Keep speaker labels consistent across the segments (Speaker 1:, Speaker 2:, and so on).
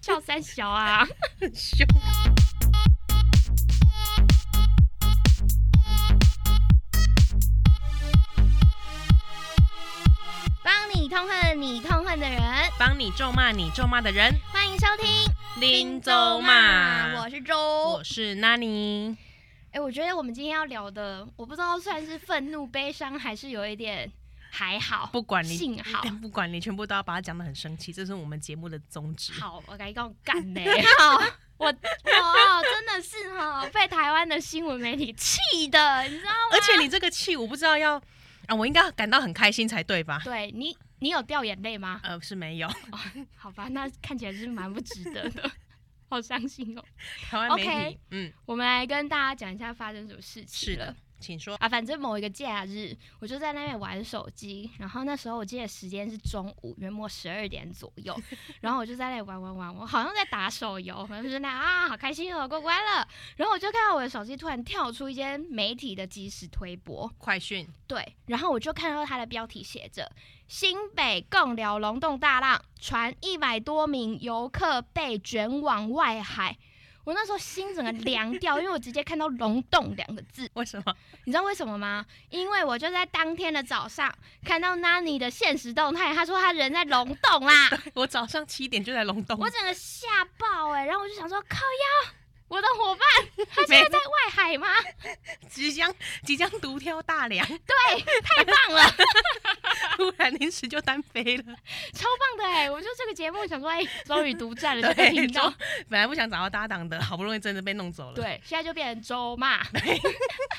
Speaker 1: 叫三小啊，
Speaker 2: 很凶。
Speaker 1: 帮你痛恨你痛恨的人，
Speaker 2: 帮你咒骂你咒骂的人，
Speaker 1: 欢迎收听
Speaker 2: 林咒骂。
Speaker 1: 我是周
Speaker 2: 我。是 Nani，
Speaker 1: 哎、我觉得我们今天要聊的，我不知道算是愤怒、悲伤，还是有一点还好。
Speaker 2: 不管你哎
Speaker 1: 幸好
Speaker 2: 不管你全部都要把它讲的很生气，这是我们节目的宗旨。
Speaker 1: 好，我该告干呢。 好，我我真的是 哈被台湾的新闻媒体气的，你知道吗？
Speaker 2: 而且你这个气，我不知道要啊，我应该感到很开心才对吧？
Speaker 1: 对你，你有掉眼泪吗？
Speaker 2: 呃，是没有，
Speaker 1: 好吧，那看起来是蛮不值得 的，好伤心哦。
Speaker 2: 台湾媒体
Speaker 1: OK
Speaker 2: 嗯，
Speaker 1: 我们来跟大家讲一下发生什么事情。
Speaker 2: 是的，请说。
Speaker 1: 啊，反正某一个假日，我就在那边玩手机，然后那时候我记得时间是中午，约莫十二点左右，然后我就在那里玩玩玩，我好像在打手游，反正就是那样啊，好开心哦，过关了。然后我就看到我的手机突然跳出一间媒体的即时推播，
Speaker 2: 快讯，
Speaker 1: 对，然后我就看到它的标题写着“新北共寮龙洞大浪，船一百多名游客被卷往外海”。我那时候心整个凉掉，因为我直接看到“龙洞”两个字，
Speaker 2: 为什么？
Speaker 1: 你知道为什么吗？因为我就在当天的早上看到 Nani 的现实动态，他说他人在龙洞啦，
Speaker 2: 我早上七点就在隆冬，
Speaker 1: 我整个吓爆哎、然后我就想说靠腰，我的伙伴他现在在外海 吗？
Speaker 2: 即将即将独挑大梁，
Speaker 1: 太棒了，
Speaker 2: 突然临时就单飞了。
Speaker 1: 超棒的哎、我就这个节目想说哎，终于独占了这个
Speaker 2: 对，
Speaker 1: 频
Speaker 2: 就
Speaker 1: 道，
Speaker 2: 本来不想找到搭档的，好不容易真的被弄走了。，
Speaker 1: 对，现在就变成周骂，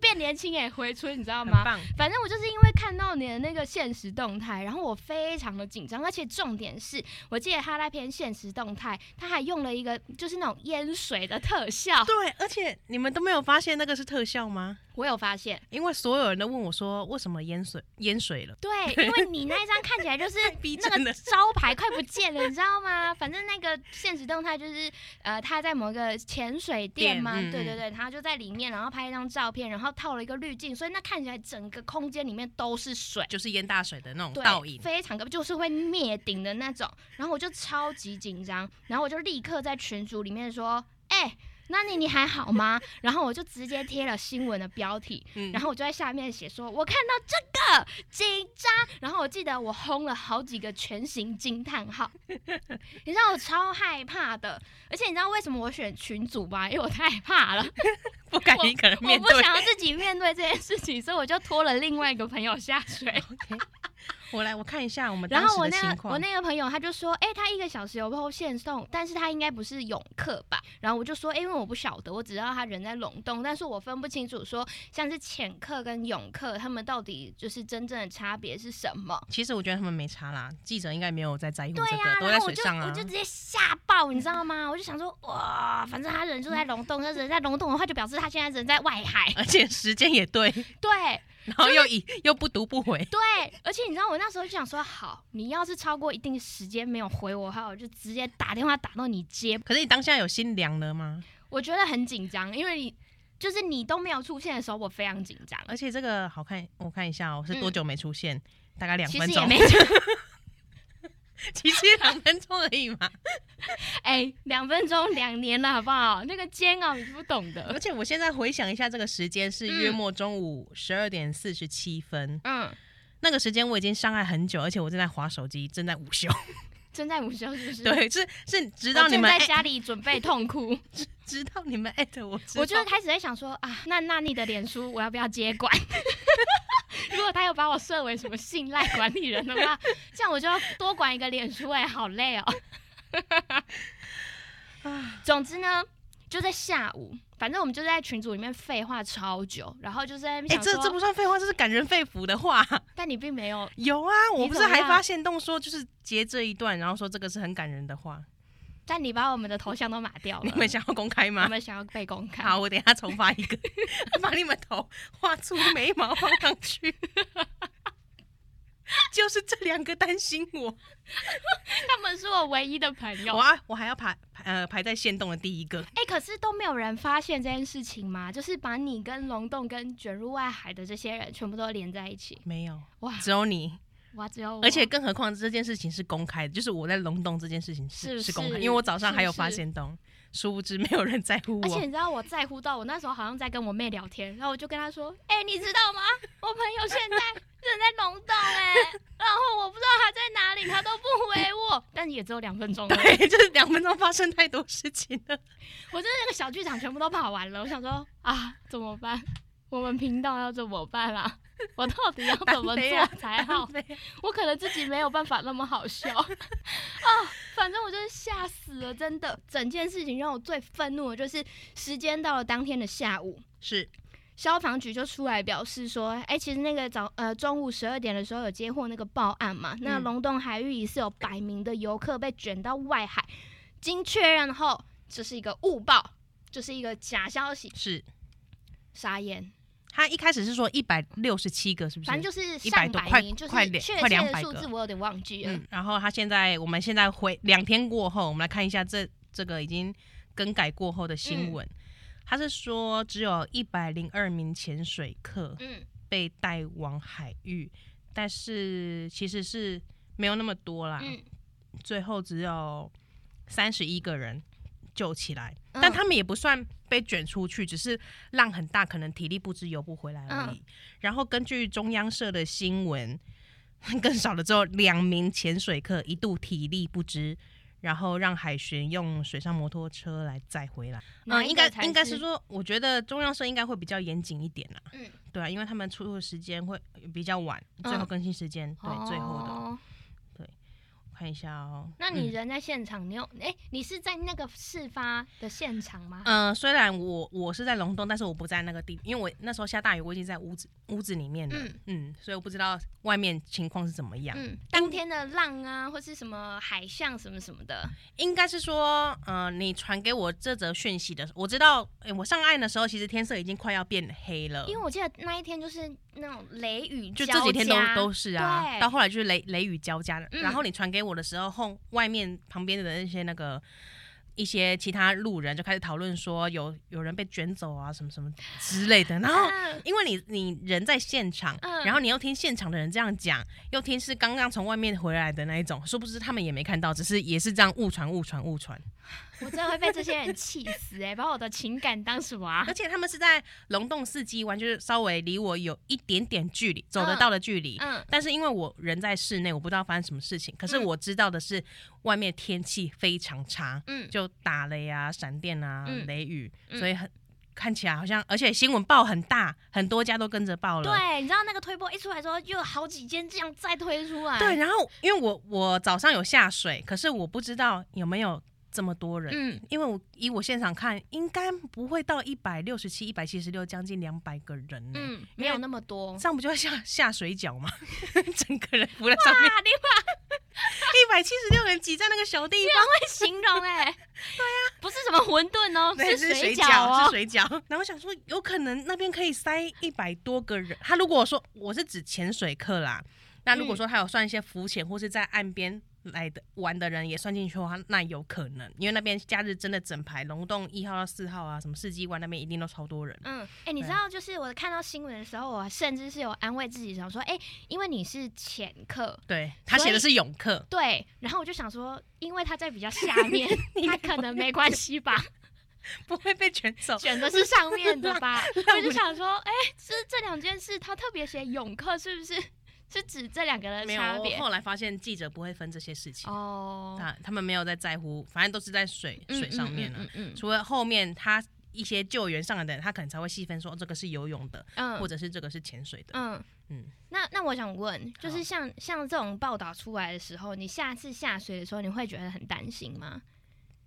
Speaker 1: 变年轻哎、回春你知道
Speaker 2: 很
Speaker 1: 吗？
Speaker 2: 棒。
Speaker 1: 反正我就是因为看到你的那个现实动态，然后我非常的紧张，而且重点是我记得他那篇现实动态，他还用了一个就是那种淹水的特效，
Speaker 2: 对，而且你们都没有发现那个是特效吗？
Speaker 1: 我有发现，
Speaker 2: 因为所有人都问我说，为什么淹水淹水 了？
Speaker 1: 对，因为你那一张看起来就是
Speaker 2: 逼
Speaker 1: 那
Speaker 2: 真
Speaker 1: 个
Speaker 2: 的
Speaker 1: 招牌快不见了，你知道吗？反正那个现实动态就是，呃，他在某个潜水店
Speaker 2: 店
Speaker 1: 嘛，
Speaker 2: 嗯
Speaker 1: 对对
Speaker 2: 嗯
Speaker 1: 对，他就在里面，然后拍一张照片，然后套了一个滤镜，所以那看起来整个空间里面都是水。
Speaker 2: 就是淹大水的那种
Speaker 1: 对，
Speaker 2: 倒影。
Speaker 1: 非常高，就是会灭顶的那种。然后我就超级紧张，然后我就立刻在群组里面说：“哎、那你你还好吗？” 然后我就直接贴了新闻的标题，
Speaker 2: 嗯
Speaker 1: 然后我就在下面写说：“我看到这个紧张。”然后我记得我轰了好几个全形惊叹 号，你知道我超害怕的。而且你知道为什么我选群组吗？因为我太怕了，
Speaker 2: 不敢一个人
Speaker 1: 我
Speaker 2: 面
Speaker 1: 不
Speaker 2: 对。
Speaker 1: 想要自己面对这件事情，所以我就拖了另外一个朋友下水。
Speaker 2: OK，我来我看一下我们
Speaker 1: 然
Speaker 2: 当
Speaker 1: 后
Speaker 2: 时
Speaker 1: 我
Speaker 2: 的
Speaker 1: 那
Speaker 2: 情
Speaker 1: 个我
Speaker 2: 况。
Speaker 1: 那个朋友他就说，哎、他一个小时有 PO 线动，但是他应该不是泳客吧？然后我就说，哎、因为我不晓得，我只知道他人在龙洞，但是我分不清楚说像是潜客跟泳客他们到底就是真正的差别是什么。
Speaker 2: 其实我觉得他们没差啦，记者应该没有在在乎嗯这
Speaker 1: 对
Speaker 2: 个，
Speaker 1: 呀、
Speaker 2: 都
Speaker 1: 然
Speaker 2: 在
Speaker 1: 后我
Speaker 2: 水
Speaker 1: 就
Speaker 2: 上
Speaker 1: 我
Speaker 2: 啊
Speaker 1: 就。直接吓爆，你知道吗？我就想说，哇，反正他人就在龙洞，那人在龙洞的话，就表示他现在人在外海。
Speaker 2: 而且时间也对，
Speaker 1: 对，
Speaker 2: 然后又以又不读不回，
Speaker 1: 对，而且你知道我那时候就想说，好，你要是超过一定时间没有回我的话，我就直接打电话打到你接。
Speaker 2: 可是你当下有心凉了吗？
Speaker 1: 我觉得很紧张，因为你就是你都没有出现的时候，我非常紧张，
Speaker 2: 而且这个好看，我看一下哦，是多
Speaker 1: 嗯
Speaker 2: 久没出现？大概两
Speaker 1: 其
Speaker 2: 分
Speaker 1: 实也
Speaker 2: 钟，
Speaker 1: 没 讲
Speaker 2: 其实两分钟而已嘛。
Speaker 1: 哎，两、分钟两年了，好不好？那个煎熬你是不懂 的。
Speaker 2: 而且我现在回想一下，这个时间是月末中午十二点四十七分，
Speaker 1: 嗯，
Speaker 2: 那个时间我已经上岸很久，而且我正在划手机，正在午休。
Speaker 1: 正在午休是不是？我
Speaker 2: 对，是是，直到你
Speaker 1: 正
Speaker 2: 们哎
Speaker 1: 在
Speaker 2: 艾
Speaker 1: 家里准备痛哭，
Speaker 2: 直到你们艾特我之后，
Speaker 1: 我就开始在想说啊，那那你的脸书我要不要接管？ 如果他有把我设为什么信赖管理人的话，这样我就要多管一个脸书、哎，好累哦。啊总之呢，就在下午，反正我们就在群组里面废话超久，然后就在那
Speaker 2: 哎、
Speaker 1: 边想
Speaker 2: 这
Speaker 1: 说，
Speaker 2: 这不算废话，这是感人肺腑的话。
Speaker 1: 但你并没有，
Speaker 2: 有啊，我不
Speaker 1: 怎
Speaker 2: 是
Speaker 1: 么
Speaker 2: 还
Speaker 1: 样
Speaker 2: 发现动说，就是截这一段，然后说这个是很感人的话。
Speaker 1: 但你把我们的头像都码掉
Speaker 2: 你
Speaker 1: 了，
Speaker 2: 们想要公开
Speaker 1: 我
Speaker 2: 吗？
Speaker 1: 们想要被公开。
Speaker 2: 好，我等一下重发一个， 把你们头画出眉毛放上去。 就是这两个担心我，
Speaker 1: 他们是我唯一的朋友
Speaker 2: 我。啊，我还要排排呃排在线动的第一个。
Speaker 1: 哎、可是都没有人发现这件事情吗？就是把你跟龙洞跟卷入外海的这些人全部都连在一起，
Speaker 2: 没有
Speaker 1: 哇
Speaker 2: 只有你。
Speaker 1: 哇，只有我
Speaker 2: 而且更何况这件事情是公开的，就是我在龙洞这件事情
Speaker 1: 是
Speaker 2: 是
Speaker 1: 不
Speaker 2: 是公开，
Speaker 1: 是
Speaker 2: 因为我早上
Speaker 1: 是
Speaker 2: 还有
Speaker 1: 不
Speaker 2: 发
Speaker 1: 是
Speaker 2: 现洞，殊不知没有人在乎
Speaker 1: 而且你
Speaker 2: 我。
Speaker 1: 知道我在乎到我那时候好像在跟我妹聊天，然后我就跟她说：“哎、你知道吗？我朋友现在人在龙洞哎、然后我不知道他在哪里，他都不回我，但也只有两分钟而已。
Speaker 2: 对，就是两分钟发生太多事情 了。
Speaker 1: 我真的那个小剧场全部都跑完了，我想说啊，怎么办？我们频道要怎么办啊？我到底要怎么
Speaker 2: 单飞啊
Speaker 1: 做才好？我可能自己没有办法那么好笑 啊！反正我就是吓死了，真的。整件事情让我最愤怒的就是时间到了当天的下午，
Speaker 2: 是
Speaker 1: 消防局就出来表示说，哎、其实那个早呃中午十二点的时候有接获那个报案嘛，那
Speaker 2: 嗯
Speaker 1: 龙洞海域疑似有百名的游客被卷到外海，经确认后，这是一个误报，这是一个假消息，
Speaker 2: 是，
Speaker 1: 傻眼。
Speaker 2: 他一开始是说一百六十七个，是不是？
Speaker 1: 反正就是
Speaker 2: 100
Speaker 1: 上
Speaker 2: 多
Speaker 1: 百
Speaker 2: 快
Speaker 1: 名，就是
Speaker 2: 快两
Speaker 1: 确
Speaker 2: 快
Speaker 1: 切的
Speaker 2: 200
Speaker 1: 数
Speaker 2: 个
Speaker 1: 字我有点忘记了。
Speaker 2: 嗯，然后他现在，我们现在回两天过后，我们来看一下这这个已经更改过后的新
Speaker 1: 嗯
Speaker 2: 闻。他是说，只有一百零二名潜水客
Speaker 1: 嗯
Speaker 2: 被带往海域，但是其实是没有那么多啦，
Speaker 1: 嗯，
Speaker 2: 最后只有三十一个人救起来，
Speaker 1: 嗯
Speaker 2: 但他们也不算被卷出去，只是浪很大，可能体力不支游不回来而已。
Speaker 1: 嗯
Speaker 2: 然后根据中央社的新闻， 更少了之后，两名潜水客一度体力不支。然后让海巡用水上摩托车来载回来。
Speaker 1: 哪
Speaker 2: 嗯，
Speaker 1: 一
Speaker 2: 应
Speaker 1: 个
Speaker 2: 该
Speaker 1: 才
Speaker 2: 应该是说，我觉得中央社应该会比较严谨一点啦。
Speaker 1: 嗯，
Speaker 2: 对啊，因为他们出入时间会比较晚，最后
Speaker 1: 嗯
Speaker 2: 更新时间、对最后的。
Speaker 1: 哦
Speaker 2: 我看一下哦。
Speaker 1: 那你
Speaker 2: 嗯
Speaker 1: 人在现场，你有哎、你是在那个事发的现场吗？
Speaker 2: 嗯，虽然我我是在龙洞，但是我不在那个地，因为我那时候下大雨，我已经在屋子屋子里面了，
Speaker 1: 嗯
Speaker 2: 嗯所以我不知道外面情况是怎么样。
Speaker 1: 嗯，当天的浪啊，或是什么海象什么什么的，
Speaker 2: 应该是说，呃，你传给我这则讯息的时候，我知道，诶我上岸的时候，其实天色已经快要变黑了，
Speaker 1: 因为我记得那一天就是那种雷雨
Speaker 2: 嗯就
Speaker 1: 交加，
Speaker 2: 这几天都都是啊，
Speaker 1: 对
Speaker 2: 到后来就是雷雷雨交加，
Speaker 1: 嗯
Speaker 2: 然后你传给我的时候，后外面旁边的那些那个。一些其他路人就开始讨论说有有人被卷走啊什么什么之类的，然后
Speaker 1: 嗯
Speaker 2: 因为你你人在现场，
Speaker 1: 嗯
Speaker 2: 然后你又听现场的人这样讲，又听是刚刚从外面回来的那一种，殊不知他们也没看到，只是也是这样误传误传误传，
Speaker 1: 我真的会被这些人气死哎、把我的情感当什么、 啊
Speaker 2: 而？且他们是在龙洞四季湾，就是稍微离我有一点点距离，走得到的距离。
Speaker 1: 嗯，
Speaker 2: 但是因为我人在室内，我不知道发生什么事情。可是
Speaker 1: 嗯
Speaker 2: 我知道的是，外面天气非常差，
Speaker 1: 嗯
Speaker 2: 就打雷啊、闪电啊、
Speaker 1: 嗯
Speaker 2: 雷雨，
Speaker 1: 嗯
Speaker 2: 所以很看起来好像，而且新闻报很大，很多家都跟着报了。
Speaker 1: 对，你知道那个推波一出来之后，又有好几间这样再推出来，嗯
Speaker 2: 对，，然后因为我我早上有下水，可是我不知道有没有这么多人，
Speaker 1: 嗯，
Speaker 2: 因为我以我现场看，应该不会到一百六十七、一百七十六，将近两百个人呢、
Speaker 1: 嗯，没有那么多。
Speaker 2: 这样不就要下下水饺吗？ 整个人浮在上 面，
Speaker 1: 哇，你
Speaker 2: 一百七十六人挤在那个小地方，
Speaker 1: 会形容 哎、对呀、不是什么馄饨 哦，
Speaker 2: 啊对是
Speaker 1: 水
Speaker 2: 水
Speaker 1: 饺哦，
Speaker 2: 是水饺。 然后我想说，有可能那边可以塞一百多个人。他如果说我是指潜水客啦，那如果
Speaker 1: 嗯
Speaker 2: 说他有算一些浮潜或是在岸边来的玩的人也算进去的话，那有可能，因为那边假日真的整排龙洞一号到四号啊，什么四季湾那边一定都超多人。
Speaker 1: 嗯，哎、你知
Speaker 2: 对
Speaker 1: 道，就是我看到新闻的时候，我甚至是有安慰自己，想说，哎、因为你是潜客，
Speaker 2: 对他写的是泳客，
Speaker 1: 对，然后我就想说，因为他在比较下面，他可能没关系 吧，
Speaker 2: 不会被卷走。
Speaker 1: 选的是上面的 吧，我
Speaker 2: 不
Speaker 1: 就
Speaker 2: 了
Speaker 1: 想说，哎、是这两件事，他特别写泳客，是不是是指这两个人
Speaker 2: 没
Speaker 1: 的
Speaker 2: 有，
Speaker 1: 差
Speaker 2: 我
Speaker 1: 别？
Speaker 2: 后来发现记者不会分这些事情，
Speaker 1: 哦，
Speaker 2: 他他们没有在在乎，反正都是在水
Speaker 1: 嗯
Speaker 2: 水上面啊。
Speaker 1: 嗯嗯
Speaker 2: 除了后面他一些救援上来的人，他可能才会细分说、哦、这个是游泳的，
Speaker 1: 嗯，
Speaker 2: 或
Speaker 1: 嗯
Speaker 2: 者是这个是潜水的。
Speaker 1: 嗯
Speaker 2: 嗯
Speaker 1: 那那我想问，就
Speaker 2: 好
Speaker 1: 是像像这种报道出来的时候，你下次下水的时候，你会觉得很担心吗？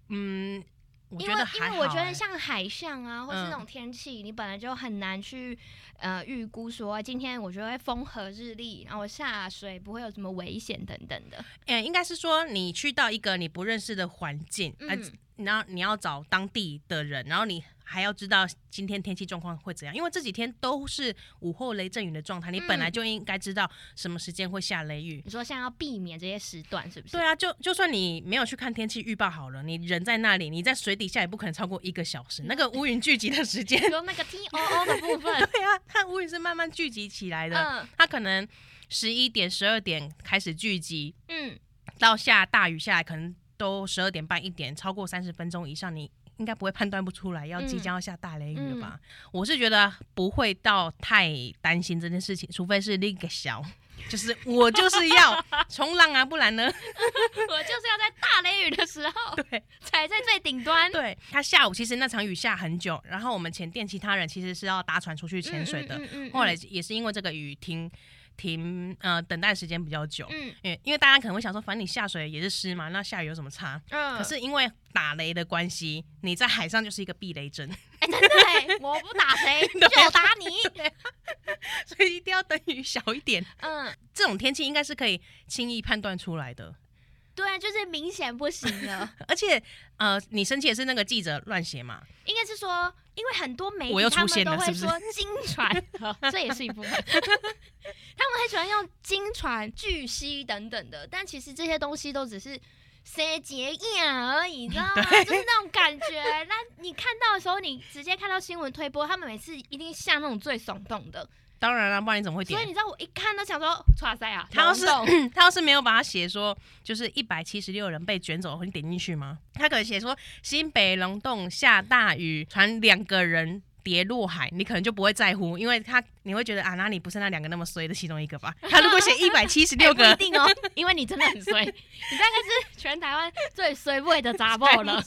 Speaker 2: 嗯，我
Speaker 1: 因
Speaker 2: 觉
Speaker 1: 为
Speaker 2: 得
Speaker 1: 因
Speaker 2: 还好、
Speaker 1: 为我觉得
Speaker 2: 欸
Speaker 1: 像海象啊，或是
Speaker 2: 嗯
Speaker 1: 那种天气，你本来就很难去呃预估说今天我觉得会风和日丽，然后我下水不会有什么危险等等的。
Speaker 2: 嗯、应该是说你去到一个你不认识的环境，
Speaker 1: 嗯
Speaker 2: 啊，然后你要找当地的人，然后你还要知道今天天气状况会怎样，因为这几天都是午后雷阵雨的状态，你本来
Speaker 1: 嗯
Speaker 2: 就应该知道什么时间会下雷雨。
Speaker 1: 你说像要避免这些时段是不是？
Speaker 2: 对啊，就就算你没有去看天气预报好了，你人在那里，你在水底下也不可能超过一个小时，那个乌云聚集的时间
Speaker 1: 你说那个 T O O 的部分，
Speaker 2: 对啊，它乌云是慢慢聚集起来的，
Speaker 1: 嗯
Speaker 2: 它可能十一点、十二点开始聚集，
Speaker 1: 嗯，
Speaker 2: 到下大雨下来，可能都十二点半、一点，超过三十分钟以上，你应该不会判断不出来要即将要下大雷雨了吧？我是觉得不会到太担心这件事情，除非是那个小，就是我就是要冲浪啊，不然 呢？
Speaker 1: 我就是要在大雷雨的时候
Speaker 2: 对
Speaker 1: 踩在最顶端。
Speaker 2: 对，他下午其实那场雨下很久，然后我们前店其他人其实是要搭船出去潜水的，
Speaker 1: 嗯，嗯
Speaker 2: 后来，也是因为这个雨停停呃等待时间比较久。
Speaker 1: 嗯
Speaker 2: 因为因为大家可能会想说，反正你下水也是湿嘛，那下雨有什么差？
Speaker 1: 嗯，
Speaker 2: 可是因为打雷的关系，你在海上就是一个避雷 针，
Speaker 1: 哎，真的哎，我不打 谁就打你。
Speaker 2: 啊所以一定要等雨小一点。
Speaker 1: 嗯，
Speaker 2: 这种天气应该是可以轻易判断出来的。
Speaker 1: 对，啊就是明显不行了。
Speaker 2: 而且呃，你生气的是那个记者乱写嘛？
Speaker 1: 应该是说，因为很多媒
Speaker 2: 我
Speaker 1: 体
Speaker 2: 又
Speaker 1: 他
Speaker 2: 出
Speaker 1: 们
Speaker 2: 现
Speaker 1: 都
Speaker 2: 了
Speaker 1: 会
Speaker 2: 是
Speaker 1: 说金船，这也是一部分。 他们很喜欢用金船、巨蜥等等的，但其实这些东西都只是。塞结眼而已，你知道吗？就是那种感觉。那你看到的时候，你直接看到新闻推播，他们每次一定下那种最耸动的。
Speaker 2: 当然了、不然你怎么会
Speaker 1: 所以
Speaker 2: 点？
Speaker 1: 你知道，我一看都想说，哇塞啊！
Speaker 2: 他要是
Speaker 1: 龙洞
Speaker 2: 他要是没有把它写说，就是一百七十六人被卷走，你点进去吗？他可能写说新北龙洞下大雨，船两个人跌落海，你可能就不会在乎，因为他你会觉得啊，那你不是那两个那么衰的其中一个 吧？他如果写一百七十
Speaker 1: 哎
Speaker 2: 六个，
Speaker 1: 不一定哦，因为你真的很 衰，你大概是全台湾最衰位的杂报了，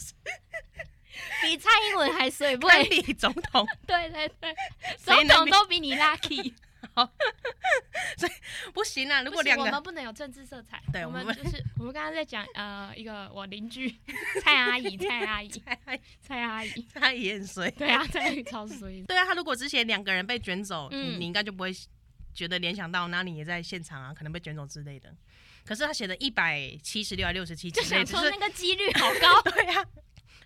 Speaker 1: 比蔡英文还衰
Speaker 2: 管
Speaker 1: 位。
Speaker 2: 理总统，
Speaker 1: 对对对，
Speaker 2: 谁
Speaker 1: 总
Speaker 2: 能
Speaker 1: 统
Speaker 2: 比
Speaker 1: 都比你 lucky。
Speaker 2: 不行啊！如果
Speaker 1: 不行
Speaker 2: 两
Speaker 1: 我
Speaker 2: 个
Speaker 1: 们不能有政治色彩。
Speaker 2: 对
Speaker 1: 我
Speaker 2: 我
Speaker 1: 们
Speaker 2: 们
Speaker 1: 就是我们刚刚在讲呃一个我邻居 蔡阿 姨，蔡阿姨，蔡阿姨，
Speaker 2: 他也很衰。
Speaker 1: 对啊，蔡阿姨超 衰的。
Speaker 2: 对啊，他如果之前两个人被卷走，
Speaker 1: 嗯
Speaker 2: 你你应该就不会觉得联想到，那你也在现场啊，可能被卷走之类的。可是他写的一百七十六、六十七之
Speaker 1: 就
Speaker 2: 类
Speaker 1: 想
Speaker 2: 的，就
Speaker 1: 说
Speaker 2: 是，
Speaker 1: 那个几率好高
Speaker 2: 对啊，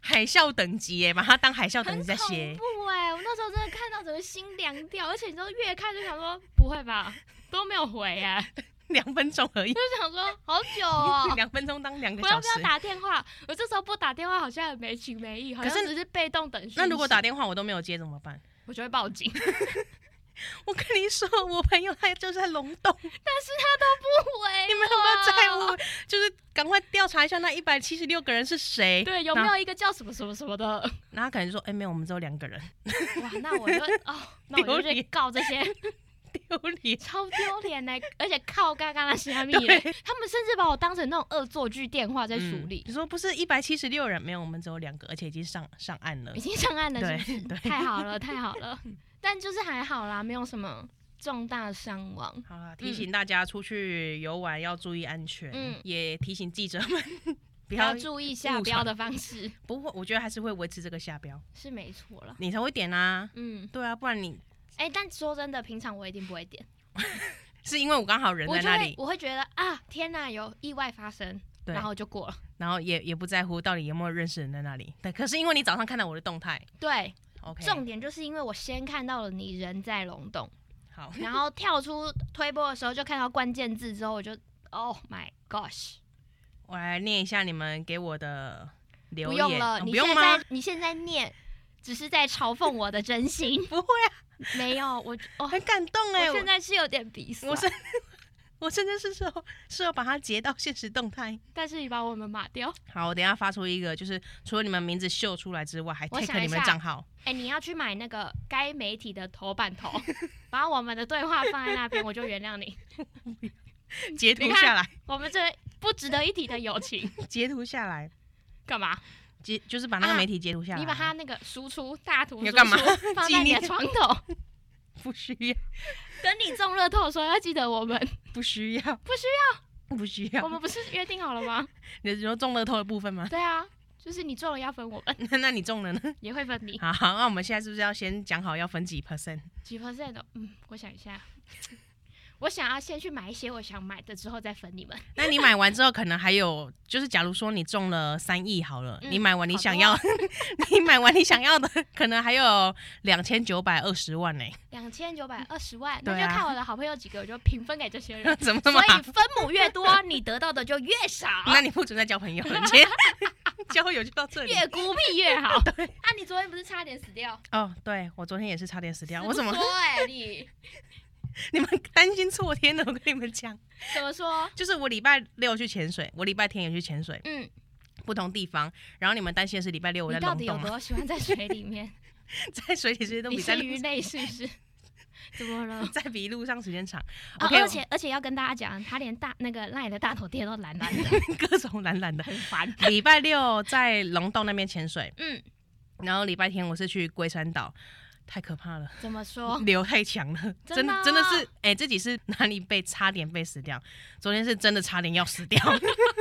Speaker 2: 海啸等级耶，把它当海啸等
Speaker 1: 很
Speaker 2: 级在
Speaker 1: 恐
Speaker 2: 写。
Speaker 1: 怖哎、我那时候真的看到整个心凉掉，而且你知道越看就想说不会吧，都没有回哎、
Speaker 2: 两分钟而已，
Speaker 1: 就想说好久 哦、
Speaker 2: 两分钟当两个
Speaker 1: 我要
Speaker 2: 小
Speaker 1: 不
Speaker 2: 时。
Speaker 1: 要打电话？我这时候不打电话好像也没情没义，好像
Speaker 2: 可是
Speaker 1: 只是被动等讯息。
Speaker 2: 那如果打，电话我都没有接怎么办？
Speaker 1: 我就会报 警。
Speaker 2: 我跟你说，我朋友他就在龙洞，
Speaker 1: 哎喂，
Speaker 2: 你们有没有在乎？就是赶快调查一下那一百七十六个人是谁。
Speaker 1: 对，有没有一个叫什么什么什么 的？
Speaker 2: 然后他可能说，哎、没有，我们只有两个人，
Speaker 1: 哇，那我就哦，那我就
Speaker 2: 丢
Speaker 1: 去
Speaker 2: 脸
Speaker 1: 告这 些，
Speaker 2: 丢脸。
Speaker 1: 超丢脸呢。而且靠刚刚那虾米嘞，
Speaker 2: 对
Speaker 1: 他们甚至把我当成那种恶作剧电 话在处理
Speaker 2: 嗯。你说不是一百七十六人，没有，我们只有两个，而且已经上上岸了
Speaker 1: 已。经上岸了，是
Speaker 2: 嗯
Speaker 1: 不是？
Speaker 2: 对对，
Speaker 1: 太好 了，太好了。但就是还好啦，没有什么重大伤亡。
Speaker 2: 好啦，提醒大家出去游玩要注意安全，
Speaker 1: 嗯
Speaker 2: 也提醒记者们 不
Speaker 1: 不
Speaker 2: 要
Speaker 1: 要注意下
Speaker 2: 误
Speaker 1: 标
Speaker 2: 传
Speaker 1: 的方式
Speaker 2: 不会，我觉得还是会维持这个下标，
Speaker 1: 是没错了。
Speaker 2: 你才会点啊。
Speaker 1: 嗯，
Speaker 2: 对啊，不然你
Speaker 1: 哎、但说真的，平常我一定不会点，
Speaker 2: 是因为我刚好人
Speaker 1: 我
Speaker 2: 在
Speaker 1: 就
Speaker 2: 那
Speaker 1: 会
Speaker 2: 里，
Speaker 1: 我会觉得啊，天哪，有意外发生，
Speaker 2: 对
Speaker 1: 然后就过了。
Speaker 2: 然后也也不在乎到底有没有认识人在那里。对，可是因为你早上看到我的动态
Speaker 1: 对，
Speaker 2: ，OK，
Speaker 1: 重点就是因为我先看到了你人在龙洞，
Speaker 2: 好，
Speaker 1: 然后跳出推播的时候就看到关键字之后，我就 Oh my gosh！
Speaker 2: 我来念一下你们给我的留
Speaker 1: 不
Speaker 2: 言，
Speaker 1: 用了，
Speaker 2: 哦
Speaker 1: 你
Speaker 2: 不用
Speaker 1: 现
Speaker 2: 吗？
Speaker 1: 在你现在念，只是在嘲讽我的真心。
Speaker 2: 不会啊，
Speaker 1: 没有，我哦，
Speaker 2: 很感动哎、
Speaker 1: 我现在是有点鼻酸
Speaker 2: 我，甚我甚至是说是要把它截到现实动态。
Speaker 1: 但是你把我们码掉。
Speaker 2: 好，我等一下发出一个，就是除了你们名字秀出来之外，还
Speaker 1: 我想一
Speaker 2: take 你们的
Speaker 1: 下
Speaker 2: 账号。
Speaker 1: 哎、你要去买那个该媒体的头版头，把我们的对话放在那边，我就原谅你。
Speaker 2: 截图
Speaker 1: 你看
Speaker 2: 下来，
Speaker 1: 我们这不值得一提的友情，
Speaker 2: 截图下来，
Speaker 1: 干嘛？
Speaker 2: 截就是把那个
Speaker 1: 啊
Speaker 2: 媒体截图下来啊。
Speaker 1: 你把它那个输出大图
Speaker 2: 你
Speaker 1: 输
Speaker 2: 要
Speaker 1: 出
Speaker 2: 干嘛
Speaker 1: 放在你的
Speaker 2: 纪念
Speaker 1: 床头，
Speaker 2: 不需要，
Speaker 1: 等你中乐透的时候要记得我们。
Speaker 2: 不需要，
Speaker 1: 不需
Speaker 2: 要，不需
Speaker 1: 我
Speaker 2: 要。
Speaker 1: 们不是约定好了吗？
Speaker 2: 你你说中乐透的部分吗？
Speaker 1: 对啊，就是你中了要分我们，
Speaker 2: 那那你中了呢？
Speaker 1: 也会分你
Speaker 2: 好，好那我们现在是不是要先讲好要分几 percent？
Speaker 1: 几 percent 的。嗯，我想一下，我想要先去买一些我想买的，之后再分你们。
Speaker 2: 那你买完之后，可能还有，就是假如说你中了三亿好了，
Speaker 1: 嗯
Speaker 2: 你买完你
Speaker 1: 好
Speaker 2: 想
Speaker 1: 多
Speaker 2: 要， 你买完你想要的，可能还有两千九百二十万呢、
Speaker 1: 两千九百二十万，那
Speaker 2: 对
Speaker 1: 就
Speaker 2: 啊。
Speaker 1: 看我的好朋友几个，我就平分给这些人
Speaker 2: 怎么 那
Speaker 1: 所
Speaker 2: 么好
Speaker 1: 以分母越多，你得到的就越少，
Speaker 2: 那你不准再交朋友了，你今天 交友就到 这里。
Speaker 1: 越孤僻越 好。啊，你昨天不是差点死掉？
Speaker 2: 哦，对我昨天也是差点死掉，
Speaker 1: 死
Speaker 2: 我
Speaker 1: 不
Speaker 2: 怎么
Speaker 1: 说哎、你
Speaker 2: 你们担心错天了，我跟你们讲，
Speaker 1: 怎么说？
Speaker 2: 就是我礼拜六去潜水，我礼拜天也去潜水，
Speaker 1: 嗯，
Speaker 2: 不同地方。然后你们担心的是礼拜六我在啊
Speaker 1: 你到
Speaker 2: 龙
Speaker 1: 底有
Speaker 2: 洞嘛，
Speaker 1: 多喜欢在水里 面？
Speaker 2: 在水里时间都
Speaker 1: 你
Speaker 2: 比在
Speaker 1: 是
Speaker 2: 路
Speaker 1: 鱼类是不是？ 怎么了？
Speaker 2: 在比路上时间长。
Speaker 1: 啊
Speaker 2: OK，
Speaker 1: 而且而且要跟大家讲，他连大那个赖的大头贴都懒懒的，
Speaker 2: 各种懒懒的。
Speaker 1: 很 烦。
Speaker 2: 礼拜六在龙洞那边潜水，
Speaker 1: 嗯，
Speaker 2: 然后礼拜天我是去龟山岛，太可怕了，
Speaker 1: 怎么说？
Speaker 2: 流太强了，
Speaker 1: 哦 真
Speaker 2: 真
Speaker 1: 的
Speaker 2: 的
Speaker 1: 哦
Speaker 2: 真的是，哎、自己是哪里被差点被死掉，昨天是真的差点要死掉。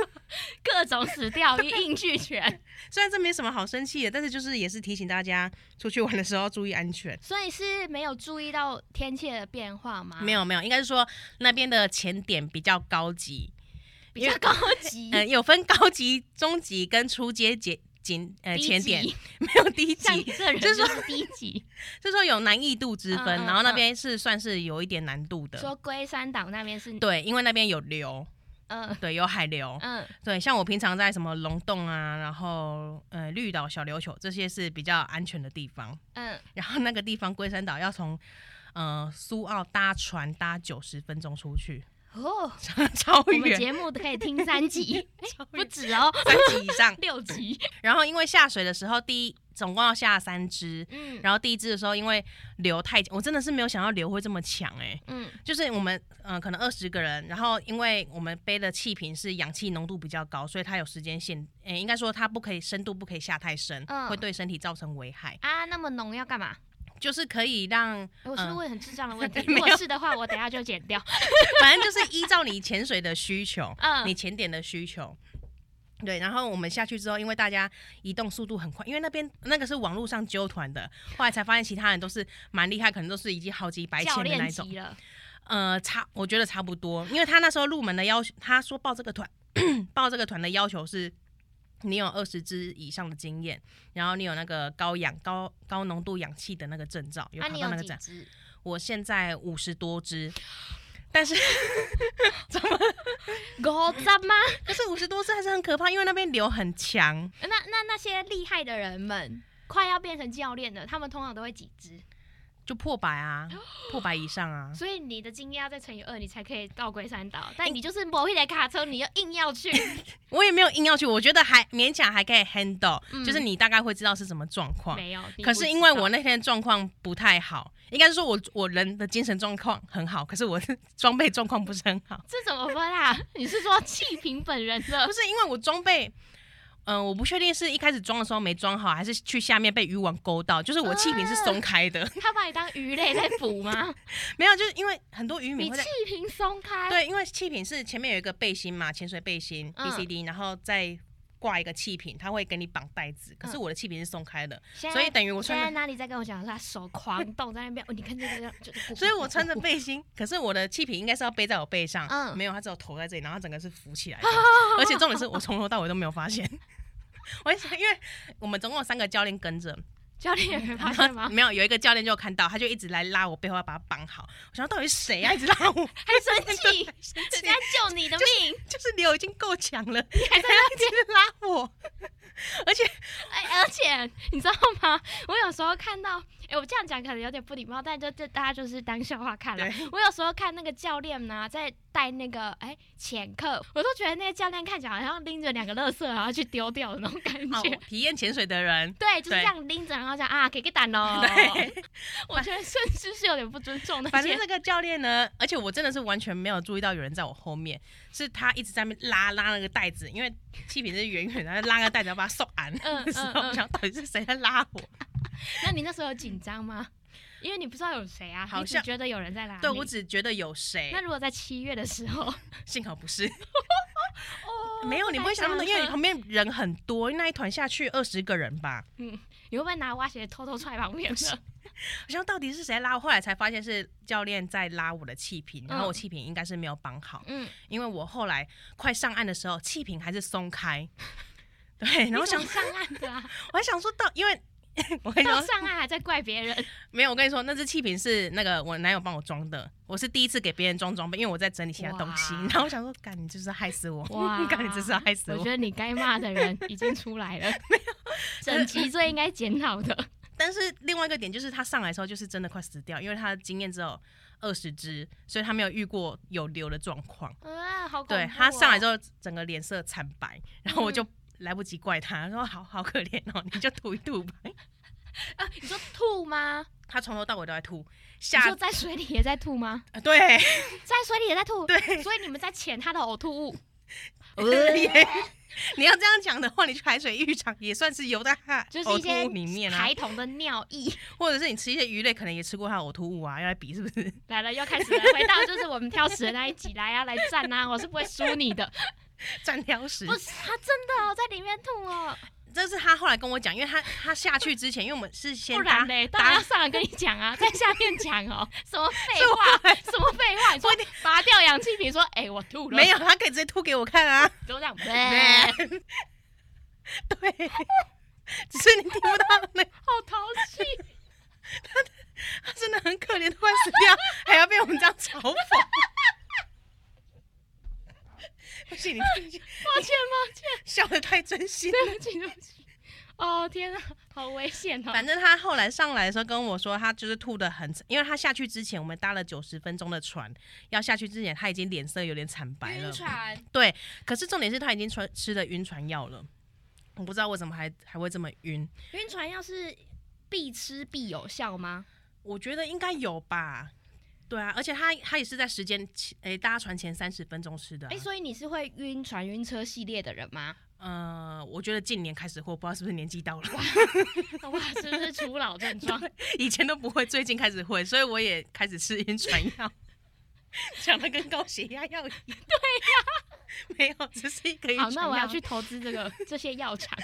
Speaker 1: 各种死掉，一应俱 全。
Speaker 2: 虽然这没什么好生气的，但是就是也是提醒大家出去玩的时候注意安全。
Speaker 1: 所以是没有注意到天气的变化吗？
Speaker 2: 没
Speaker 1: 有，
Speaker 2: 有没有，应该是说那边的潜点比较高级，
Speaker 1: 比较高级，
Speaker 2: 嗯，有分高级、中级跟初阶节景呃
Speaker 1: 低
Speaker 2: 潜点，
Speaker 1: 级，
Speaker 2: 没有低
Speaker 1: 像你
Speaker 2: 级，
Speaker 1: 这人
Speaker 2: 就是
Speaker 1: 就是低级。
Speaker 2: 就是说有难易度之分，
Speaker 1: 嗯嗯
Speaker 2: 然后那
Speaker 1: 嗯
Speaker 2: 边是算是有一点难度的。
Speaker 1: 说龟山岛那边是，
Speaker 2: 对，因为那边有流，
Speaker 1: 嗯
Speaker 2: 对，有海流，
Speaker 1: 嗯，
Speaker 2: 对，像我平常在什么龙洞啊，然后呃绿岛、小琉球这些是比较安全的地方。
Speaker 1: 嗯，
Speaker 2: 然后那个地方龟山岛要从呃苏澳搭船搭九十分钟出去，
Speaker 1: 哦，
Speaker 2: 超
Speaker 1: 我们
Speaker 2: 远，
Speaker 1: 节目可以听三集，
Speaker 2: 超
Speaker 1: 不
Speaker 2: 远
Speaker 1: 止哦，
Speaker 2: 三级以上。
Speaker 1: 六 集。
Speaker 2: 然后因为下水的时候，第一总共要下三只。
Speaker 1: 嗯
Speaker 2: 然后第一只的时候，因为流太，我真的是没有想到流会这么强哎、
Speaker 1: 嗯
Speaker 2: 就是我们呃可能二十个人，然后因为我们背的气瓶是氧气浓度比较高，所以它有时间限，诶、应该说它不可以深度不可以下太深，
Speaker 1: 嗯
Speaker 2: 会对身体造成危害。
Speaker 1: 啊，那么浓要干嘛？哎
Speaker 2: 就是可以让，
Speaker 1: 我是不是
Speaker 2: 嗯
Speaker 1: 问很智障的问题？
Speaker 2: 没
Speaker 1: 如
Speaker 2: 有
Speaker 1: 果是的话，我等一下就剪掉。
Speaker 2: 反正就是依照你潜水的需求，
Speaker 1: 嗯，
Speaker 2: 你潜点的需求。对，然后我们下去之后，因为大家移动速度很快，因为那边那个是网络上揪团的，后来才发现其他人都是蛮厉害，可能都是已经好几百
Speaker 1: 教
Speaker 2: 千的那
Speaker 1: 练
Speaker 2: 一种。
Speaker 1: 级了，
Speaker 2: 呃，差我觉得差不多，因为他那时候入门的要求，他说报这个团 报这个团的要求是，你有二十支以上的经验，然后你有那个高氧高高浓度氧气的那个证照，有
Speaker 1: 啊，
Speaker 2: 考
Speaker 1: 你
Speaker 2: 到
Speaker 1: 有
Speaker 2: 那个
Speaker 1: 几
Speaker 2: 证。
Speaker 1: 只？
Speaker 2: 我现在五十多支，但是
Speaker 1: 狗杂吗？
Speaker 2: 可是五十多支还是很可怕，因为那边流很强。
Speaker 1: 那那那些厉害的人们，快要变成教练的，他们通常都会几只，
Speaker 2: 就破百啊，破百以上啊，
Speaker 1: 所以你的经验要再乘以二，你才可以到龟山岛。但你就是某一台卡车，你又硬要 去，
Speaker 2: 我也没有硬要去，我觉得还勉强还可以 handle，、
Speaker 1: 嗯
Speaker 2: 就是你大概会知道是什么状况。
Speaker 1: 没有。你
Speaker 2: 可
Speaker 1: 不
Speaker 2: 是
Speaker 1: 知
Speaker 2: 因为
Speaker 1: 道
Speaker 2: 我那天的状况不太好，应该是说我我人的精神状况很好，可是我的装备状况不是很好，
Speaker 1: 这怎么分啊？ 你是说气瓶本人的
Speaker 2: 不？是因为我装备。嗯、我不确定是一开始装的时候没装好，还是去下面被渔网勾到，就是我气瓶是松开的，
Speaker 1: 他把你当鱼类在捕吗？
Speaker 2: 没有，就是因为很多渔民
Speaker 1: 你
Speaker 2: 会
Speaker 1: 气
Speaker 2: 在
Speaker 1: 瓶松开，
Speaker 2: 对，因为气瓶是前面有一个背心嘛，潜水背心、
Speaker 1: 嗯
Speaker 2: B C D，然后再挂一个气瓶，它会给你绑带子，可是我的气瓶是松开的，
Speaker 1: 嗯现在
Speaker 2: 所以等于我
Speaker 1: 现在
Speaker 2: 穿着，
Speaker 1: 哪里在跟我讲说他手狂动在那边？哦，你看这个，就是
Speaker 2: 所以我穿着背心，可是我的气瓶应该是要背在我背上，
Speaker 1: 嗯
Speaker 2: 没有，它只有头在这里，然后它整个是浮起来的，而且重点是我从头到尾都没有发现。 我想，因为我们总共有三个教练跟着，
Speaker 1: 教练也没发
Speaker 2: 然
Speaker 1: 现吗
Speaker 2: 后？没有有一个教练就有看到，他就一直来拉我背后，要把它绑好。我想到底是谁啊，一直拉我，
Speaker 1: 还生气，人家救你的命，
Speaker 2: 就是流已经够强了，
Speaker 1: 你还在
Speaker 2: 他一直拉我。
Speaker 1: 哎，而且你知道吗？ 我有时候看到，哎、我这样讲可能有点不礼貌，但就就大家就是当笑话看了
Speaker 2: 对。
Speaker 1: 我有时候看那个教练呢、在带那个哎潜客，我都觉得那个教练看起来好像拎着两个垃圾然后去丢掉的那种感
Speaker 2: 哦
Speaker 1: 觉。，
Speaker 2: 体验潜水的人，
Speaker 1: 对，就是
Speaker 2: 对
Speaker 1: 这样拎着，然后讲啊，给个胆 哦。
Speaker 2: 对，
Speaker 1: 我觉得甚至是有点不尊重的。
Speaker 2: 反正那个教练呢，而且我真的是完全没有注意到有人在我后面，是他一直在那边拉拉那个带子，因为气瓶是圆圆的，他拉个带子要把它送完。
Speaker 1: 嗯
Speaker 2: 的时
Speaker 1: 嗯
Speaker 2: 候，我
Speaker 1: 嗯，
Speaker 2: 想到底是谁在拉我？
Speaker 1: 那你那时候有紧张吗？因为你不知道有谁啊，
Speaker 2: 好
Speaker 1: 你只
Speaker 2: 像
Speaker 1: 觉得有人在拉你。
Speaker 2: 对我只觉得有谁
Speaker 1: 那，如果在七月的时候，
Speaker 2: 幸好不是。
Speaker 1: 哦
Speaker 2: 没有，你不会想那么多，因为你
Speaker 1: 你
Speaker 2: 旁边人很多，那一团下去二十个人吧。
Speaker 1: 你会不会拿蛙鞋偷偷踹旁边的？
Speaker 2: 好像到底是谁在拉我？后来才发现是教练在拉我的气瓶，然后我
Speaker 1: 嗯
Speaker 2: 气瓶应该是没有绑好，
Speaker 1: 嗯，
Speaker 2: 因为我后来快上岸的时候，气瓶还是 松开。对，然后
Speaker 1: 你
Speaker 2: 我
Speaker 1: 怎
Speaker 2: 想
Speaker 1: 么上岸的啊，
Speaker 2: 我还想说到，因为 我跟你
Speaker 1: 到
Speaker 2: 说，
Speaker 1: 上岸还在怪别人，
Speaker 2: 没有，我跟你说，那只气瓶是那个我男友帮我装的，我是第一次给别人装装备，因为我在整理其他东西，
Speaker 1: 哇
Speaker 2: 然后我想说，干你就是害死我，
Speaker 1: 哇
Speaker 2: 干你就是害死
Speaker 1: 我
Speaker 2: 我
Speaker 1: 觉。得你该骂的人已经出来了， 没有，整集最应该检讨的，
Speaker 2: 但是另外一个点就是他上来的时候就是真的快死掉，因为他的经验只有二十只，所以他没有遇过有流的状况。
Speaker 1: 啊，好恐哦嗯怖、
Speaker 2: 对他上来之后，整个脸色惨白，然后我就来不及怪他，说好好可怜哦，你就吐一吐吧。
Speaker 1: 啊，你说吐吗？
Speaker 2: 他从头到尾都在吐，
Speaker 1: 你
Speaker 2: 下
Speaker 1: 说在水里也在吐吗？
Speaker 2: 呃对
Speaker 1: 在水里也在 吐，
Speaker 2: 对，
Speaker 1: 所以你们在潜他的呕吐物。
Speaker 2: 也 你要这样讲的话，你去海水浴场也算是游在它
Speaker 1: 就是
Speaker 2: 呕
Speaker 1: 一
Speaker 2: 吐
Speaker 1: 些
Speaker 2: 物里面啊，
Speaker 1: 孩童的尿液
Speaker 2: 或者是你吃一些鱼类，可能也吃过它的呕吐物啊，要来比是不 是？
Speaker 1: 来了，又开始了，回到就是我们挑食的那一集来啊，来战 啊，我是不会输你的。
Speaker 2: 蘸挑食
Speaker 1: 不。是，他真的哦，在里面吐哦，
Speaker 2: 这是他后来跟我讲，因为他他下去之前，因为我们是先
Speaker 1: 不
Speaker 2: 搭
Speaker 1: 然嘞，当然
Speaker 2: 搭
Speaker 1: 要上来跟你讲啊， 在下面讲哦，什么 废话，什么废话，你说拔掉氧气瓶，说哎、我吐了，哎
Speaker 2: 没有，他可以直接吐给我看啊。
Speaker 1: 都这样，
Speaker 2: 对，只是你听不到那，
Speaker 1: 好淘气，
Speaker 2: 他真的很可怜，都快死掉，还要被我们这样嘲讽。 不信你听一下
Speaker 1: 抱歉抱歉，
Speaker 2: 笑得太真心。
Speaker 1: 对不起对不起，哦天啊，好危险哦，
Speaker 2: 反正他后来上来的时候跟我说，他就是吐的很惨，因为他下去之前我们搭了九十分钟的船，要下去之前他已经脸色有点惨白了。
Speaker 1: 船，
Speaker 2: 对，可是重点是他已经穿吃了晕船药了，我不知道为什么还还会这么晕。
Speaker 1: 晕船药是必吃必有效吗？
Speaker 2: 我觉得应该有吧。对啊，而且他他也是在时间前，诶、搭船前三十分钟吃的啊、
Speaker 1: 哎、所以你是会晕船晕车系列的人吗？
Speaker 2: 呃，我觉得近年开始或不知道是不是年纪到了，
Speaker 1: 哇，是不是初老症状？
Speaker 2: 以前都不会，最近开始会，所以我也开始吃晕船药，讲的跟高血压药一样。对呀、没有，只是一 个晕
Speaker 1: 好，
Speaker 2: 船药。
Speaker 1: 那我要去，投资这个这些药厂，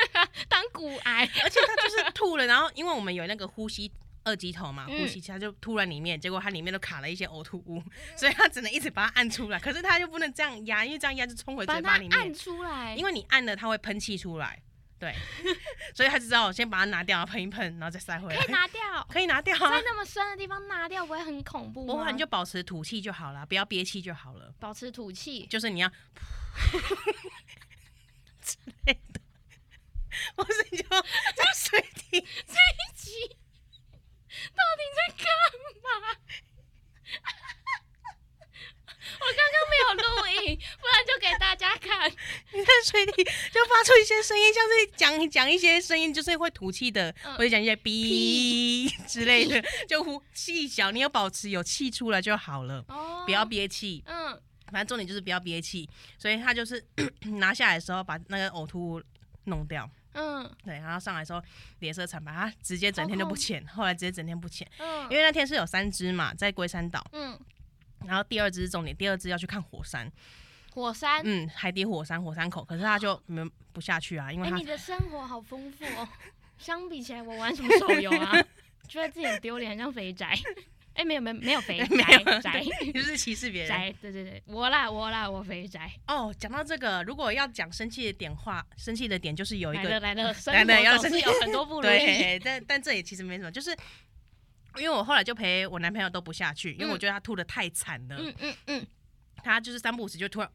Speaker 1: 当骨癌。
Speaker 2: 而且他就是吐了，然后因为我们有那个呼吸。二级头嘛，
Speaker 1: 嗯
Speaker 2: 呼吸器它就突然里面，结果它里面都卡了一些呕吐物，所以他只能一直把它按出来。可是他又不能这样压，因为这样压就冲回嘴
Speaker 1: 把
Speaker 2: 巴
Speaker 1: 它
Speaker 2: 里面。
Speaker 1: 按出来，
Speaker 2: 因为你按了它会喷气出来， 对，所以他只知道先把它拿掉，喷一喷，然后再塞回来
Speaker 1: 可以，拿 掉，
Speaker 2: 可以拿掉啊
Speaker 1: 在，那么深的地方拿掉，不会很恐怖
Speaker 2: 不
Speaker 1: 吗？
Speaker 2: 然你就保持吐气就好了，不要憋气就好了，
Speaker 1: 保持吐气。
Speaker 2: 就是你要 之类的， 或是你就在水底，
Speaker 1: 一集到底在干嘛？我刚刚没有录影，不然就给大家看。
Speaker 2: 你在水底就发出一些声音，像是讲讲一些声音，就是会吐气的，
Speaker 1: 嗯
Speaker 2: 或者讲一些哔之类的， 就呼气小，你要保持有气出来就好了，
Speaker 1: 哦，
Speaker 2: 不要，憋气。
Speaker 1: 嗯，
Speaker 2: 反正重点就是不要憋气，所以他就是 拿下来的时候把那个呕吐物弄掉，
Speaker 1: 嗯
Speaker 2: 对，然后上来的时候脸色惨白，他直接整天都不潜，后来直接整天不潜，
Speaker 1: 嗯
Speaker 2: 因为那天是有三只嘛，在龟山岛，
Speaker 1: 嗯，
Speaker 2: 然后第二只是重点，第二只要去看火山，
Speaker 1: 火山。
Speaker 2: 嗯，海底火山火山口，可是他就没不下去啊，因为
Speaker 1: 哎、
Speaker 2: 他
Speaker 1: 你的生活好丰富哦。相比起来，我玩什么手游啊？ 觉得自己很丢脸，很像肥宅。哎、没有没有 没有肥
Speaker 2: 没有
Speaker 1: 宅宅
Speaker 2: 就是歧视别人。
Speaker 1: 宅，对对对，我啦我啦我肥宅，
Speaker 2: 哦，讲到这个，如果要讲生气的点话，生气的点就是有一
Speaker 1: 来
Speaker 2: 个
Speaker 1: 了 来了，生
Speaker 2: 来了要
Speaker 1: 活总
Speaker 2: 生
Speaker 1: 是
Speaker 2: 气
Speaker 1: 有很多 不如意。
Speaker 2: 对， 但但这也其实没什么，就是因为我后来就陪我男朋友都不下去，因为我觉得他吐的太惨了，
Speaker 1: 嗯嗯嗯，
Speaker 2: 他就是三不五时就突然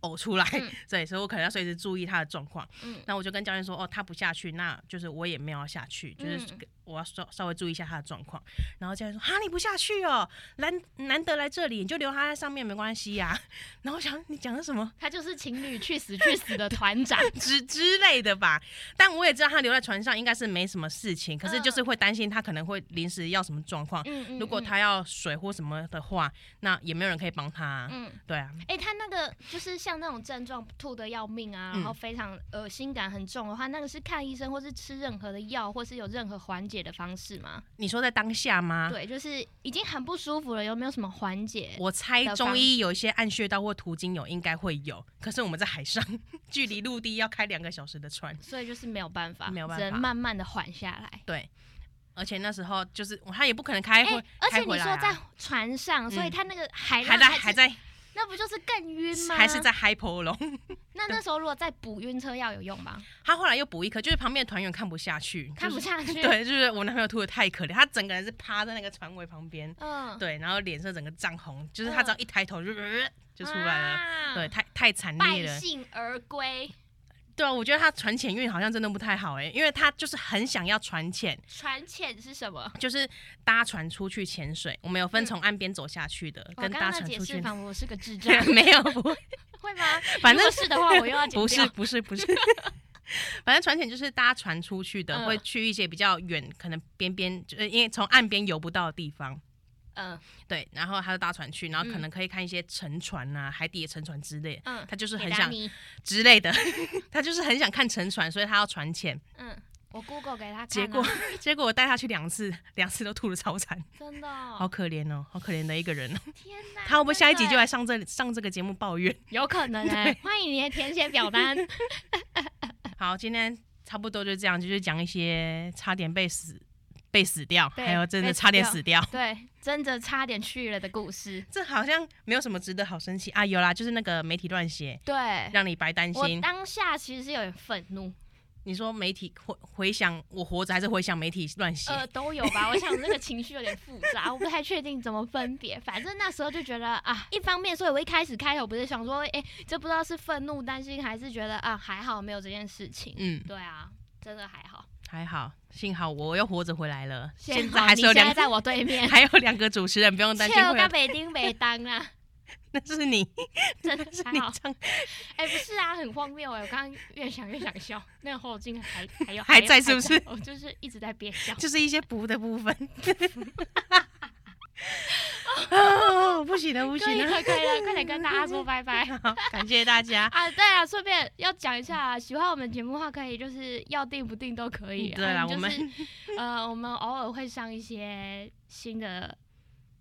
Speaker 2: 呕出来，
Speaker 1: 嗯
Speaker 2: 对，所以我可能要随时注意他的状况。
Speaker 1: 嗯
Speaker 2: 那我就跟教练说，哦，他不下去，那就是我也没有要下去，就是
Speaker 1: 嗯
Speaker 2: 我要稍稍微注意一下他的状况。然后教练说，哈，你不下去哦，难难得来这里，你就留他在上面没关系呀、 然后我想你讲的什么？
Speaker 1: 他就是情侣去死去死的团长，
Speaker 2: 之之类的吧。但我也知道他留在船上应该是没什么事情，可是就是会担心他可能会临时要什么状况。
Speaker 1: 嗯嗯，
Speaker 2: 如果他要水或什么的话，那也没有人可以帮他啊、
Speaker 1: 嗯。嗯
Speaker 2: 对啊，
Speaker 1: 哎、他那个就是像那种症状吐的要命啊，然后
Speaker 2: 嗯
Speaker 1: 非常恶心感很重的话，那个是看医生或是吃任何的药，或是有任何缓解的方式吗？
Speaker 2: 你说在当下吗？
Speaker 1: 对，就是已经很不舒服了，有没有什么缓解？
Speaker 2: 啊我猜中医有一些按穴道或途经有，应该会有。可是我们在海上， 距离陆地要开两个小时的船，
Speaker 1: 所以就是没有办法，
Speaker 2: 没有办
Speaker 1: 只能
Speaker 2: 法
Speaker 1: 慢慢的缓下来。
Speaker 2: 对。而且那时候就是他也不可能开哎回，
Speaker 1: 而且
Speaker 2: 开回
Speaker 1: 你
Speaker 2: 来
Speaker 1: 说
Speaker 2: 啊
Speaker 1: 在船上，所以
Speaker 2: 嗯
Speaker 1: 他那个哎海
Speaker 2: 还
Speaker 1: 浪
Speaker 2: 在
Speaker 1: 是
Speaker 2: 还，在
Speaker 1: 那不就是更晕吗？
Speaker 2: 还是在 h y p o 龙，
Speaker 1: 那那时候如果再补晕车药有用吗？
Speaker 2: 他后来又补一颗，就是旁边的团员看不下去，
Speaker 1: 看
Speaker 2: 就
Speaker 1: 不
Speaker 2: 是
Speaker 1: 下去。，
Speaker 2: 对，就是我男朋友吐的太可怜，他整个人是趴在那个船尾旁边，
Speaker 1: 嗯，
Speaker 2: 对，然后脸色整个涨红，就是他只要一抬头就、就出来
Speaker 1: 哦
Speaker 2: 了，
Speaker 1: 啊
Speaker 2: 对，太太惨烈
Speaker 1: 败
Speaker 2: 了，
Speaker 1: 兴而归。
Speaker 2: 对啊，我觉得他船潜运好像真的不太好哎、因为他就是很想要船潜，
Speaker 1: 船潜是什么？
Speaker 2: 就是搭船出去潜水。我们有分
Speaker 1: 嗯
Speaker 2: 从岸边走下去的，
Speaker 1: 我
Speaker 2: 跟
Speaker 1: 嗯哦刚
Speaker 2: 搭
Speaker 1: 刚的
Speaker 2: 船
Speaker 1: 解
Speaker 2: 出去
Speaker 1: 释
Speaker 2: 的。，
Speaker 1: 仿佛我是个智障
Speaker 2: 没有， 不，
Speaker 1: 会吗？
Speaker 2: 反
Speaker 1: 如
Speaker 2: 正
Speaker 1: 果是的话，我又要剪
Speaker 2: 不是
Speaker 1: 掉
Speaker 2: 不是不是， 反正船潜就是搭船出去的，
Speaker 1: 嗯
Speaker 2: 会去一些比较远，可能边边就是因为从岸边游不到的地方，
Speaker 1: 嗯
Speaker 2: 对，然后他就搭船去，然后可
Speaker 1: 嗯
Speaker 2: 能可以看一些沉船啊、海底的沉船之类的，
Speaker 1: 嗯，
Speaker 2: 他就是
Speaker 1: 铁
Speaker 2: 很
Speaker 1: 达
Speaker 2: 想
Speaker 1: 尼
Speaker 2: 之类的， 他就是很想看沉船，所以他要船潜。
Speaker 1: 嗯，我 Google 给他看啊，
Speaker 2: 结果 结果我带他去两次，两次都吐的超惨，
Speaker 1: 真的哦，
Speaker 2: 好可怜哦，好可怜的一个人哦。
Speaker 1: 天 哪！
Speaker 2: 他会不会
Speaker 1: 真
Speaker 2: 下一
Speaker 1: 的
Speaker 2: 集就
Speaker 1: 欸
Speaker 2: 来上这上这个节目抱怨？
Speaker 1: 有可能哎、欢迎你的填写表单。
Speaker 2: 好，今天差不多就这样，就是讲一些差点被死、被死掉，
Speaker 1: 对
Speaker 2: 还有真的
Speaker 1: 被
Speaker 2: 差点
Speaker 1: 死
Speaker 2: 死掉。
Speaker 1: 对，真的差点去了的故事。
Speaker 2: 这好像没有什么值得好生气啊！有啦，就是那个媒体乱写，
Speaker 1: 对，
Speaker 2: 让你白担
Speaker 1: 我
Speaker 2: 心。
Speaker 1: 当下其实是有点愤怒，
Speaker 2: 你说媒体回回想我活着，还是回想媒体乱写？
Speaker 1: 呃，都有吧。我想那个情绪有点复杂，我不太确定怎么分别。反正那时候就觉得啊，一方面，所以我一开始开头不是想说，哎、这不知道是愤怒、担心，还是觉得啊还好没有这件事情。
Speaker 2: 嗯，
Speaker 1: 对啊，真的还好。
Speaker 2: 还好，幸好我又活着回来了。现
Speaker 1: 好
Speaker 2: 在还
Speaker 1: 你
Speaker 2: 是有
Speaker 1: 现
Speaker 2: 两
Speaker 1: 在在我对面，
Speaker 2: 还有两个主持人，不用 担心
Speaker 1: 切我
Speaker 2: 会有
Speaker 1: 跟。北丁北当啊，
Speaker 2: 那是你，
Speaker 1: 真的
Speaker 2: 是
Speaker 1: 还
Speaker 2: 你
Speaker 1: 好。
Speaker 2: 唱，
Speaker 1: 哎、不是啊，很荒谬哎、我刚刚越想越想笑，那个后劲还还有
Speaker 2: 还在是不是？
Speaker 1: 我就是一直在憋笑。
Speaker 2: 就是一些补的部分。 哦，不行了，不
Speaker 1: 可以
Speaker 2: 行了。
Speaker 1: 了，可以了，快点跟大家说拜拜
Speaker 2: 好，感谢大家。
Speaker 1: 啊！对啊，顺便要讲一下啊，喜欢我们节目的话，可以就是要定不定都可以啊。
Speaker 2: 嗯对啦
Speaker 1: 就是
Speaker 2: 我们
Speaker 1: 呃，我们偶尔会上一些新的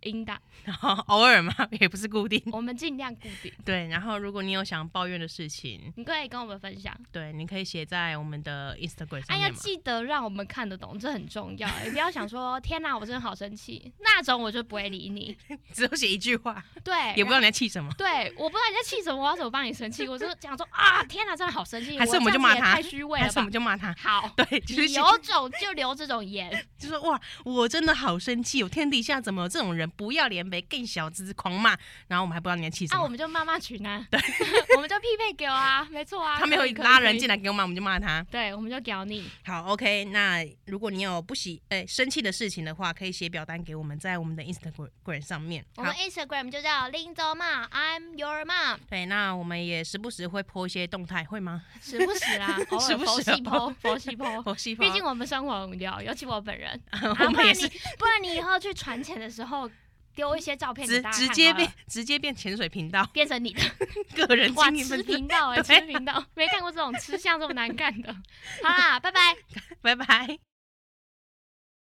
Speaker 1: 音档，
Speaker 2: 然后偶尔嘛，也不是固定。
Speaker 1: 我们尽量固定。
Speaker 2: 对，然后如果你有想抱怨的事情，
Speaker 1: 你可以跟我们分享，
Speaker 2: 对，你可以写在我们的 Instagram
Speaker 1: 哎、
Speaker 2: 上
Speaker 1: 啊，要
Speaker 2: 面嘛。
Speaker 1: 记得让我们看得懂，这很重要、哎，不要想说天哪，我真的好生气，那种我就不会理你。
Speaker 2: 只有写一句话，
Speaker 1: 对，
Speaker 2: 也不知道你在气什么。
Speaker 1: 对，我不知道你在气什么，我要怎么帮你生气？我就是讲说啊，天哪，真的好生气！
Speaker 2: 还是我们
Speaker 1: 这样子
Speaker 2: 就骂
Speaker 1: 也
Speaker 2: 他
Speaker 1: 太虚伪
Speaker 2: 还
Speaker 1: 了
Speaker 2: 是我
Speaker 1: 吧
Speaker 2: 们？就骂他。
Speaker 1: 好，
Speaker 2: 对，就是
Speaker 1: 你有种就留这种言，
Speaker 2: 就说哇，我真的好生气，我天底下怎么有这种人？不要脸呗，更小资狂骂，然后我们还不知道你在气什
Speaker 1: 那、
Speaker 2: 么。
Speaker 1: 啊我们就骂骂群啊，对， 我们就匹配给我 啊，没错啊，
Speaker 2: 他没有
Speaker 1: 可以
Speaker 2: 拉人，进
Speaker 1: 可以可
Speaker 2: 来给我骂，我们就骂他。
Speaker 1: 以对，我们就屌你，
Speaker 2: 好，OK。那如果你有不喜哎、生气的事情的话，可以写表单给我们，在我们的 Instagram 上面。
Speaker 1: 我
Speaker 2: 好
Speaker 1: 们，Instagram 就叫林州骂，I'm your mom，
Speaker 2: 对，那我们也时不时会 po 一些动态，会吗？
Speaker 1: 时不时啊，偶
Speaker 2: 时
Speaker 1: 尔
Speaker 2: 不
Speaker 1: 佛
Speaker 2: 时
Speaker 1: 系
Speaker 2: 偶
Speaker 1: 剖，佛系剖。
Speaker 2: 我希
Speaker 1: 哦毕
Speaker 2: 望
Speaker 1: 竟我们生活很无聊，尤其我本人。啊
Speaker 2: 我
Speaker 1: 不
Speaker 2: 们
Speaker 1: 然
Speaker 2: 也
Speaker 1: 你
Speaker 2: 是
Speaker 1: 不然你以后去传钱的时候丢一些照片给
Speaker 2: 直
Speaker 1: 大家
Speaker 2: 直
Speaker 1: 看好
Speaker 2: 接
Speaker 1: 了
Speaker 2: 变直接变潜水频道，
Speaker 1: 变成你的。
Speaker 2: 个人
Speaker 1: 哇，
Speaker 2: 经历
Speaker 1: 吃
Speaker 2: 分
Speaker 1: 频道哎、
Speaker 2: 对
Speaker 1: 吃频道，没看过这种吃相这么难看的。好啦，拜拜。
Speaker 2: 拜拜。